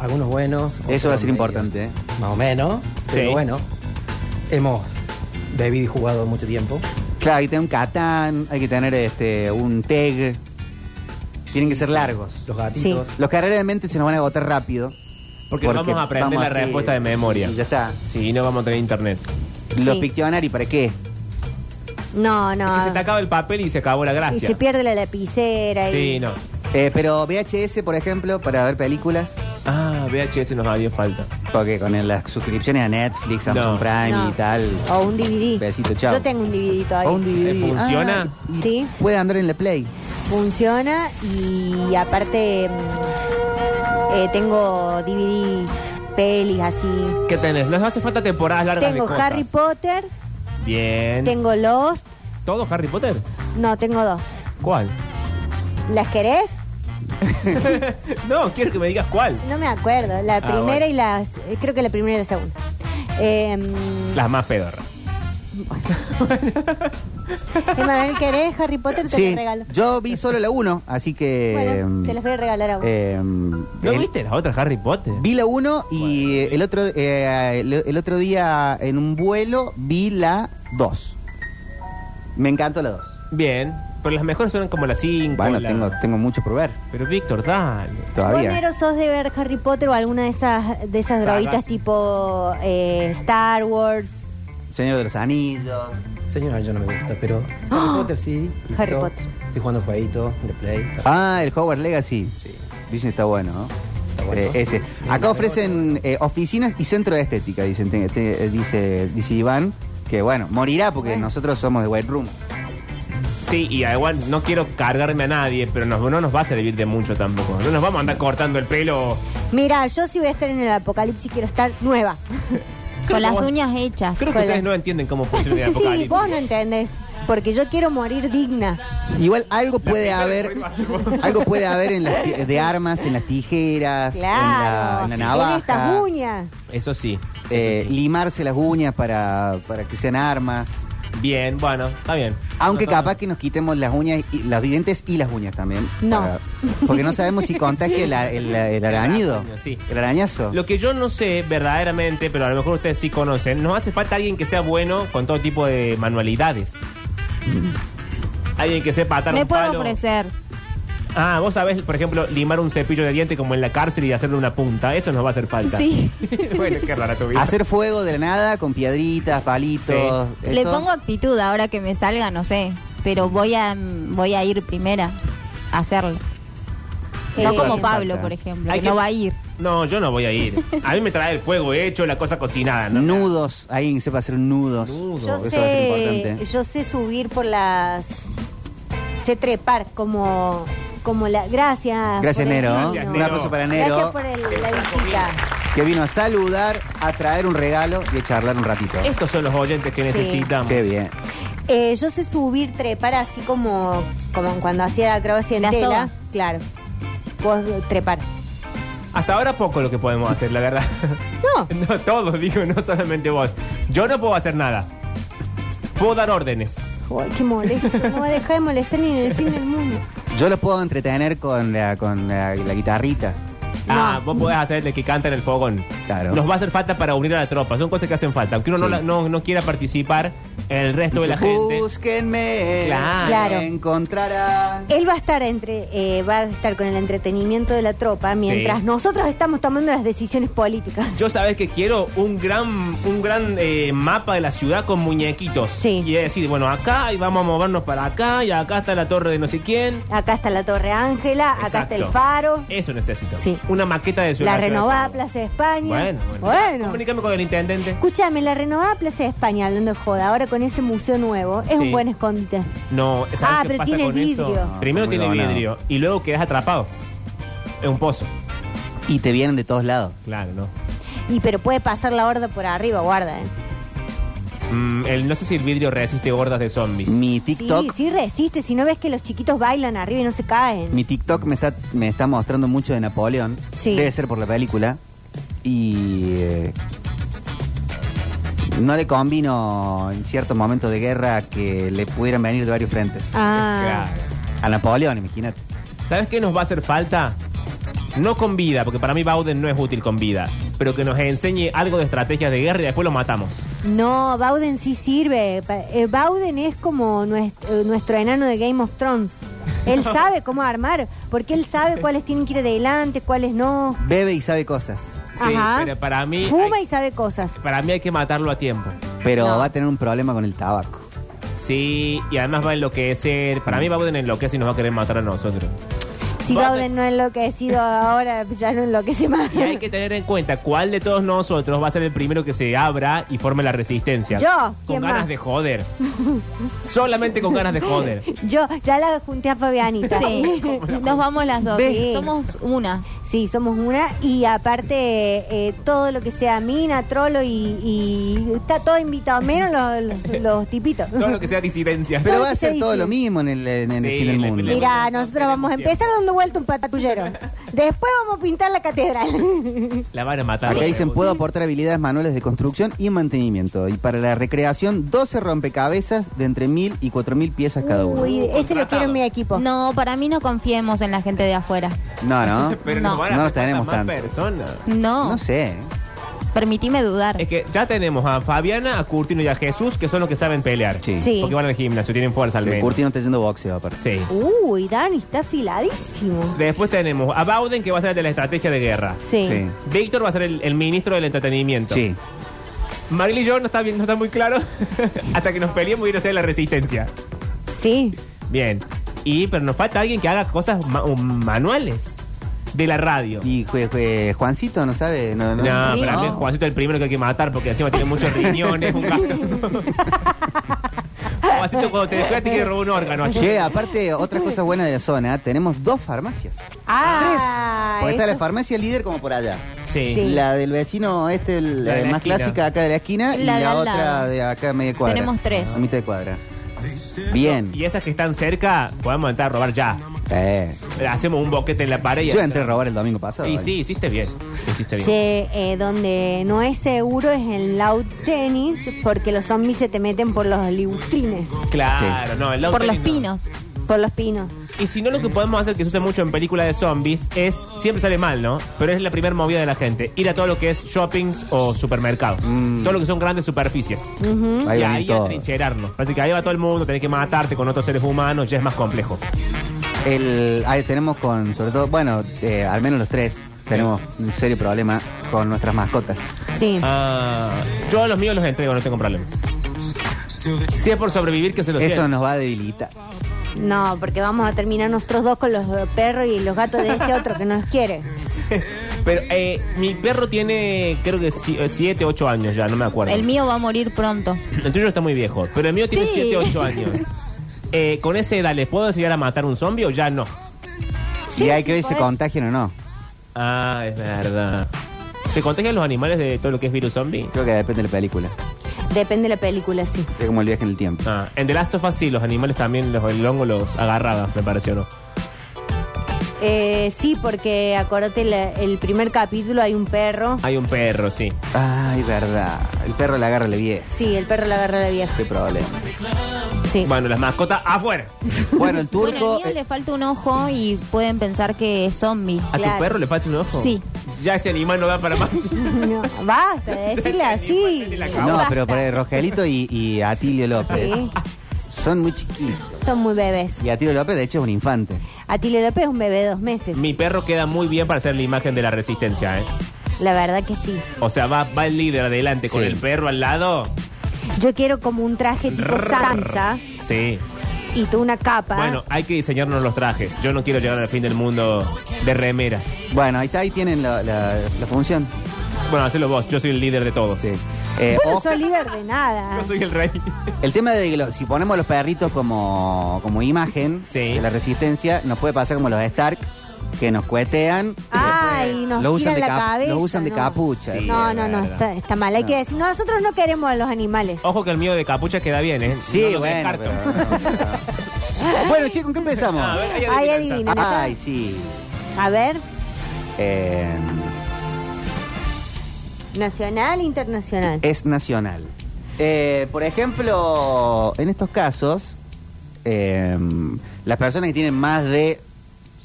E: algunos buenos. otros
A: eso va a ser
E: medios-
A: importante. ¿eh?
E: Más o menos, pero
C: Sí.
E: bueno, hemos bebido y jugado mucho tiempo.
A: Claro, hay que tener un catán, hay que tener este un teg. Tienen que ser largos.
E: Los gatitos.
A: Los carreras de mente se nos van a agotar rápido.
C: Porque no vamos a aprender la
A: así,
C: respuesta de memoria.
A: y ya está.
C: Sí, no vamos a tener internet.
A: Los
B: Sí.
A: Pictionary, ¿para qué?
B: No,
C: Es que se
B: no.
C: te acaba el papel y se acabó la
B: Y
C: gracia.
B: se pierde la lapicera. y-
C: Sí, no.
A: Eh, pero VHS, por ejemplo, para ver películas.
C: Ah, VHS nos había falta.
A: Porque con el- las suscripciones a Netflix, Amazon
C: No.
A: Prime
B: No.
A: y tal.
B: O un DVD.
A: Besito, chao.
B: Yo tengo un DVD todavía.
A: O un DVD.
C: ¿Eh, ¿Funciona?
A: Ah, y-
B: Sí.
A: Puede andar en la Play.
B: Funciona y aparte mm, eh, tengo DVD, pelis así.
C: ¿Qué tenés? Nos hace falta temporadas largas
B: Tengo
C: de cosas.
B: Harry Potter,
C: Bien.
B: tengo Lost.
C: ¿Todo Harry Potter?
B: No, tengo dos.
C: ¿Cuál?
B: ¿Las querés?
C: No, quiero que me digas cuál.
B: No me acuerdo. La primera
C: Ah, bueno.
B: y las. eh, Creo que la primera y la segunda. Eh,
C: Las más pedorras.
B: Emanuel, ¿querés Harry Potter? Te lo regalo.
A: Yo vi solo la 1, así
C: eh,
A: que.
B: Bueno,
A: em,
B: te las voy a regalar a vos.
A: em,
C: ¿No
A: el-
C: viste las otras Harry Potter?
A: Vi la 1 y eh, el otro eh, el, el otro día en un vuelo vi la 2. Me encantó la 2.
C: Bien. Pero las mejores son como las 5.
A: Bueno, tengo, tengo mucho por ver
C: Pero Víctor, dale.
B: ¿Vos,
A: todavía.
B: Nero, sos de ver Harry Potter o alguna de esas, de esas
C: Sagas.
B: droguitas tipo eh, Star Wars?
A: Señor de los Anillos.
E: Señora, yo no me gusta, pero Harry Potter sí. listo.
B: ¡Ah! Harry Potter.
E: Estoy jugando jueguito de Play.
A: Ah, el Hogwarts Legacy.
E: Sí.
A: Dicen está bueno, ¿no?
E: Está bueno.
A: Eh, ese. Acá ofrecen eh, oficinas y centro de estética, dicen, te- te- eh, dice, dice Iván. Que bueno, morirá porque
B: Bueno.
A: nosotros somos de White Room.
C: Sí, y igual no quiero cargarme a nadie, pero nos- no nos va a servir de mucho tampoco. No nos vamos a andar cortando el pelo.
B: Mira, yo si voy a estar en el apocalipsis quiero estar nueva.
D: Con las
C: vos-
D: uñas hechas.
C: Creo que
B: Hola.
C: ustedes no entienden cómo funciona el
B: sí,
C: apocalipsis.
B: vos no entendés. Porque yo quiero morir digna.
A: Igual algo
C: La
A: puede
C: primera
A: haber,
C: que va a ser vos.
A: algo puede haber en las ti- de armas, en las tijeras,
B: Claro.
A: en la, en la
B: Con
A: navaja.
B: estas uñas.
C: Eso sí. eso
A: Eh,
C: sí.
A: limarse las uñas para, para que sean armas.
C: Bien, bueno, está bien.
A: Aunque
C: No, no,
A: capaz que nos quitemos las uñas, y, los dientes y las uñas también.
B: No.
A: Para- porque no sabemos si contagia el, a- el, el arañido.
C: Sí.
A: El arañazo.
C: Lo que yo no sé verdaderamente, pero a lo mejor ustedes sí conocen, nos hace falta alguien que sea bueno con todo tipo de manualidades. Alguien que sepa atar
D: Me
C: un
D: puedo
C: palo.
D: ofrecer.
C: Ah, vos sabés, por ejemplo, limar un cepillo de diente como en la cárcel y hacerle una punta. Eso nos va a hacer falta.
D: Sí.
C: bueno, qué rara tu vida.
A: Hacer fuego de la nada con piedritas, palitos.
D: Le
A: eso.
D: pongo actitud ahora que me salga, no sé. Pero voy a, voy a ir primera a hacerlo.
A: Eh,
D: no como
A: hace
D: Pablo,
A: falta.
D: por ejemplo,
C: Hay
D: que
C: que-
D: no va a ir.
C: No, yo no voy a ir. A mí me trae el fuego hecho, la cosa cocinada. ¿no?
A: Nudos. Alguien sepa hacer nudos.
E: Nudos.
A: Eso va
B: Yo
A: a ser
B: sé,
A: importante.
B: yo sé subir por las. Sé trepar como. Como la. Gracias.
A: Gracias,
B: por el
A: Nero.
B: vino.
C: Gracias,
A: Un
C: Nero.
A: aplauso para
B: Gracias
A: Nero,
B: por el- la visita.
A: que vino a saludar, a traer un regalo y a charlar un ratito.
C: Estos son los oyentes que
B: Sí.
C: necesitamos.
A: Qué bien.
B: Eh, yo sé subir, trepar así como, como cuando hacía acrobacia en
D: La
B: tela.
D: soga.
B: Claro. Vos eh, trepar.
C: Hasta ahora poco lo que podemos hacer, la verdad.
B: No.
C: No, todos, digo, no solamente vos. Yo no puedo hacer nada. Puedo dar órdenes.
B: Joder, qué molesto. No me deja de molestar ni en el fin del mundo.
A: Yo los puedo entretener con la, con la, la guitarrita.
C: Ah, vos podés hacer el de que canta en el fogón.
A: Claro.
C: Nos va a hacer falta para unir a la tropa. Son cosas que hacen falta. Aunque uno no,
A: Sí.
C: la- no, no quiera participar, el resto de la gente.
A: Búsquenme.
C: Claro.
B: Claro.
A: me Encontrarán.
B: Él va a estar entre, eh, va a estar con el entretenimiento de la tropa mientras
C: Sí.
B: nosotros estamos tomando las decisiones políticas.
C: Yo sabes que quiero un gran, un gran eh, mapa de la ciudad con muñequitos.
B: Sí.
C: Y es decir, bueno, acá y vamos a movernos para acá y acá está la torre de no sé quién.
B: Acá está la Torre Ángela, acá está
C: Exacto.
B: el Faro,
C: Eso necesito.
B: Sí.
C: Una maqueta de ciudad.
B: la
C: ciudad de
B: renovada
C: Córdoba.
B: Plaza de España.
C: Bueno, bueno. Comunícame con el intendente.
B: Escúchame, la renovada Plaza de España, hablando de joda, ahora con ese museo nuevo, es
C: Sí.
B: un buen escondite.
C: No, ¿sabes
B: Ah,
C: qué
B: pero
C: pasa
B: tiene
C: con
B: vidrio.
C: eso?
A: No,
C: Primero
A: está muy
C: tiene
A: donado.
C: vidrio y luego quedas atrapado. Es un pozo.
A: Y te vienen de todos lados.
C: Claro, no.
B: Y pero puede pasar la horda por arriba, guarda. ¿eh?
C: Mm, el, no sé si el vidrio resiste gordas de zombies.
A: Mi
B: Sí,
A: TikTok.
B: sí resiste, si no ves que los chiquitos bailan arriba y no se caen.
A: Mi TikTok me está, me está mostrando mucho de Napoleón.
B: Sí.
A: Debe ser por la película. Y. eh, no le combino en ciertos momentos de guerra que le pudieran venir de varios frentes.
B: Ah,
C: Claro.
A: A Napoleón, imagínate.
C: ¿Sabes qué nos va a hacer falta? No con vida, porque para mí Bauden no es útil con vida, pero que nos enseñe algo de estrategias de guerra y después lo matamos.
B: no, Bauden sí sirve. Pa- eh, Bauden es como nues- eh, nuestro, enano de Game of Thrones. Él sabe cómo armar, porque él sabe cuáles tienen que ir adelante, cuáles no.
A: Bebe y sabe cosas.
C: Sí,
B: Ajá.
C: pero para mí,
B: Fuma
C: hay-
B: y sabe cosas.
C: para mí hay que matarlo a tiempo.
A: Pero
B: No.
A: va a tener un problema con el tabaco.
C: Sí, y además va a enloquecer. Para mí Bauden enloquece y nos va a querer matar a nosotros.
B: Si
C: Bauden-
B: Bauden no ha enloquecido ahora, ya no enloquece más.
C: Y hay que tener en cuenta cuál de todos nosotros va a ser el primero que se abra y forme la resistencia.
B: Yo, ¿quién
C: Con ganas
B: más?
C: de joder. Solamente con ganas de joder.
B: Yo ya la junté a Fabianita.
D: Sí, nos vamos las dos.
B: Ve.
D: Somos una.
B: Sí, somos una. Y aparte, eh, todo lo que sea mina, trolo y, y está todo invitado, menos los, los- los tipitos.
C: Todo lo que sea disidencia.
A: Pero
B: ¿Sabes
A: va a
B: qué
A: ser
B: se
A: todo
B: dice?
A: lo mismo en el, en el
C: Sí,
A: fin del
C: le-
A: mundo.
C: le-
B: Mira,
C: No
B: nosotros vamos a
C: tenemos
B: empezar dando vuelta un patatullero. Después vamos a pintar la catedral.
C: La van a matar.
A: Acá dicen, puedo aportar habilidades manuales de construcción y mantenimiento. Y para la recreación, 12 rompecabezas de entre 1.000 y 4.000 piezas cada uno.
B: Uy, ese lo quiero en mi equipo.
D: No, para mí no confiemos en la gente de afuera.
A: No, no.
C: Pero
D: No.
C: nos van a
A: No
C: hacer
A: tenemos
C: pasar más
A: tanto.
C: personas.
D: No,
A: No sé. ¿eh?
D: permitime dudar.
C: Es que ya tenemos a Fabiana, a Curtino y a Jesús, que son los que saben pelear.
A: Sí.
B: Sí.
C: Porque van al gimnasio, tienen fuerza al
A: El
C: menos.
A: Curti no está haciendo boxeo, aparte.
C: Sí.
B: Uy, Dani está afiladísimo.
C: Después tenemos a Bauden, que va a ser el de la estrategia de guerra.
B: Sí.
A: Sí.
C: Víctor va a ser el, el ministro del entretenimiento.
A: Sí.
C: Maril y yo no está, bien, no está muy claro. Hasta que nos peleemos y no sea la resistencia.
B: Sí.
C: Bien. Y, pero nos falta alguien que haga cosas ma- um, manuales de la radio.
A: Y jue- jue- Juancito, ¿no sabe? No, no.
C: No,
D: Sí,
C: para
D: no.
C: mí es Juancito el primero que hay que matar porque encima tiene muchos riñones, un gasto. Juancito, cuando te descuidas te quiere robar un órgano. así.
A: Che, aparte, otra cosa buena de la zona, ¿eh? tenemos dos farmacias.
B: Ah,
A: Porque está
B: eso-
A: la farmacia líder como por allá.
C: Sí.
B: Sí.
A: La del vecino, este, el,
C: La de
A: eh,
C: la
A: más
C: esquina.
A: clásica, acá de la esquina, y
D: La
A: la,
D: de al
A: otra
D: lado.
A: de acá, a media cuadra.
D: Tenemos tres.
A: A mitad de cuadra. Bien.
C: Y esas que están cerca, podemos entrar a robar ya.
A: Eh,
C: Le Hacemos un boquete en la pared y
A: Yo entré a robar el domingo pasado.
C: Y sí, hiciste bien. Hiciste bien.
B: Che, eh, donde no es seguro es en loud tenis porque los zombies se te meten por los libustrines,
C: Claro, no, el
D: Por
C: outtake
D: los
C: no.
D: pinos.
B: por los pinos.
C: Y si no, lo que podemos hacer, que se usa mucho en películas de zombies, es, siempre sale mal, ¿no? Pero es la primera movida de la gente, ir a todo lo que es shoppings o supermercados.
A: Mm.
C: Todo lo que son grandes superficies.
B: Ujú.
A: Ahí
C: y
A: van
C: ahí
A: todos.
C: atrincherarnos. Así que ahí va todo el mundo, tenés que matarte con otros seres humanos, ya es más complejo.
A: El, ahí tenemos con, sobre todo, bueno, eh, al menos los tres, tenemos un serio problema con nuestras mascotas.
B: Sí.
C: Ah, yo a los míos los entrego, no tengo problema. Si es por sobrevivir, que se los
A: Eso
C: lleven.
A: nos va a debilitar.
B: No, porque vamos a terminar nosotros dos con los eh, perros y los gatos de este otro que nos quiere.
C: Pero eh, mi perro tiene, creo que 7, 8 años ya, no me acuerdo.
D: El mío va a morir pronto.
C: El tuyo está muy viejo, pero el mío tiene
D: Sí.
C: 7, 8 años. Eh, con esa edad, ¿les puedo enseñar a matar un zombie o ya no?
A: y hay que ver si
B: sí,
A: se
B: podés.
A: contagian o no.
C: Ah, es verdad. ¿Se contagian los animales de todo lo que es virus zombie?
A: Creo que depende de la película.
B: Depende de la película, sí.
A: Es como el viaje en el tiempo.
C: Ah, en The Last of Us sí, los animales también, los, el hongo los agarraba, me pareció, ¿no?
B: Eh, sí, porque acuérdate, la- el primer capítulo hay un perro.
C: Hay un perro, sí. Ah.
A: Ay, verdad. El perro le agarra la vieja.
B: Sí, el perro la agarra a la vieja.
A: Qué problema.
B: Sí.
C: Bueno, las mascotas afuera.
A: Bueno, el
D: bueno,
A: turco.
D: al mío
A: eh,
D: le falta un ojo y pueden pensar que es zombie.
C: ¿A
B: Claro.
C: tu perro le falta un ojo?
D: Sí.
C: Ya ese animal no da para más.
B: No, basta, de decirle así.
C: Ni la
A: no,
C: cagó.
A: pero por ahí, Rogelito y, y Atilio López
B: Sí.
A: son muy chiquitos.
B: Son muy bebés.
A: Y Atilio López, de hecho, es un infante.
B: Atilio López es un bebé de dos meses.
C: Mi perro queda muy bien para hacer la imagen de la resistencia, ¿eh?
B: La verdad que sí.
C: O sea, va, va el líder adelante con
A: Sí.
C: el perro al lado.
B: Yo quiero como un traje tipo Sansa
C: Sí.
B: y tú una capa.
C: Bueno, hay que diseñarnos los trajes. Yo no quiero llegar al fin del mundo de remera.
A: Bueno, ahí está, ahí tienen la, la- la función.
C: Bueno, hacelo vos. Yo soy el líder de todos.
A: Sí. Eh,
B: Vos no
A: ojo-
B: sos líder de nada.
C: Yo soy el rey.
A: el tema de que lo- si ponemos los perritos como, como imagen
C: Sí.
A: de la resistencia, nos puede pasar como los Stark, que nos cuetean.
B: Ay, Ah, nos
A: lo usan
B: tiran
A: de
B: la
A: cap-
B: cabeza.
A: lo usan de
B: no.
A: capucha.
C: Sí.
B: No, no, no,
C: verdad.
B: está, está mal. Hay que decir, nosotros no queremos a los animales.
C: Ojo que el mío de capucha queda bien, ¿eh?
A: Sí,
C: No lo
A: bueno.
C: descarto. Ah,
A: pero- bueno, chicos, ¿con qué empezamos?
C: A ver, hay
B: Ay, adivina.
C: adivinanza.
A: Ay, sí.
B: A ver,
A: Eh,
B: nacional, internacional.
A: es nacional. Eh, por ejemplo, en estos casos, eh, las personas que tienen más de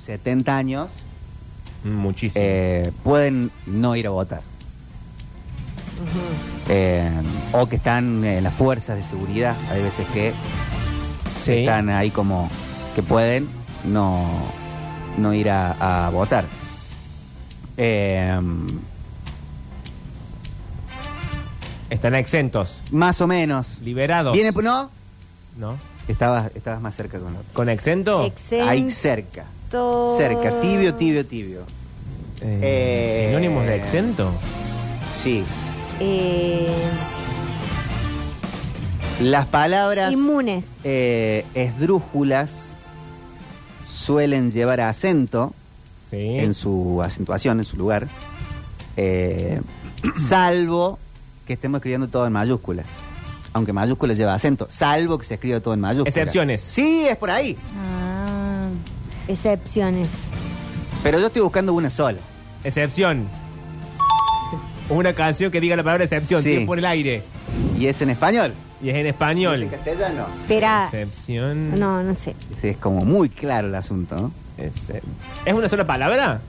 A: 70 años
C: Muchísimo.
A: eh, pueden no ir a votar. Eh, o que están en las fuerzas de seguridad. Hay veces que
C: sí.
A: están ahí como que pueden no, no ir a, a votar. Eh,
C: Están exentos.
A: más o menos.
C: Liberados.
A: ¿Viene? ¿No?
C: ¿No?
A: Estabas, estabas más cerca con la otra.
C: ¿Con exento?
B: Exento.
A: Ahí cerca. Cerca. Tibio, tibio, tibio.
C: Eh, ¿Sinónimos de exento?
A: Sí.
B: Eh,
A: Las palabras
B: inmunes.
A: eh, esdrújulas suelen llevar acento
C: Sí.
A: en su acentuación, en su lugar. eh, salvo que estemos escribiendo todo en mayúsculas. Aunque mayúsculas lleva acento. Salvo que se escriba todo en mayúsculas.
C: Excepciones.
A: Sí, es por ahí.
D: Ah,
B: Excepciones.
A: Pero yo estoy buscando una sola.
C: Excepción. Una canción que diga la palabra excepción.
A: Sí.
C: Tiempo en el aire.
A: Y es en español.
C: Y es en
A: Y es en
C: español.
A: castellano.
B: Espera.
C: Excepción.
B: Ah. No, no sé.
A: Es como muy claro el asunto, ¿no?
C: Excep- ¿Es una sola palabra?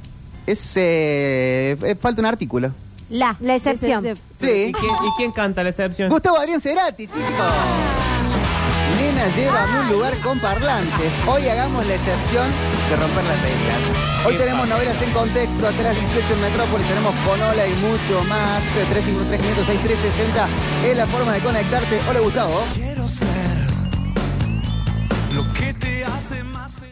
A: Es, eh, eh, falta un artículo.
D: La.
B: La excepción.
A: Sí.
C: ¿Y quién, y quién canta la excepción?
A: Gustavo Adrián Cerati, chicos. Nena, llévame a un lugar con parlantes. Hoy hagamos la excepción de romper las reglas. Hoy
C: Qué
A: tenemos
C: fácil.
A: novelas en contexto, atrás 18 en Metrópolis, tenemos Conola y mucho más. Eh, 353 506 360 es la forma de conectarte. Hola, Gustavo.
F: Quiero ser lo que te hace más feliz.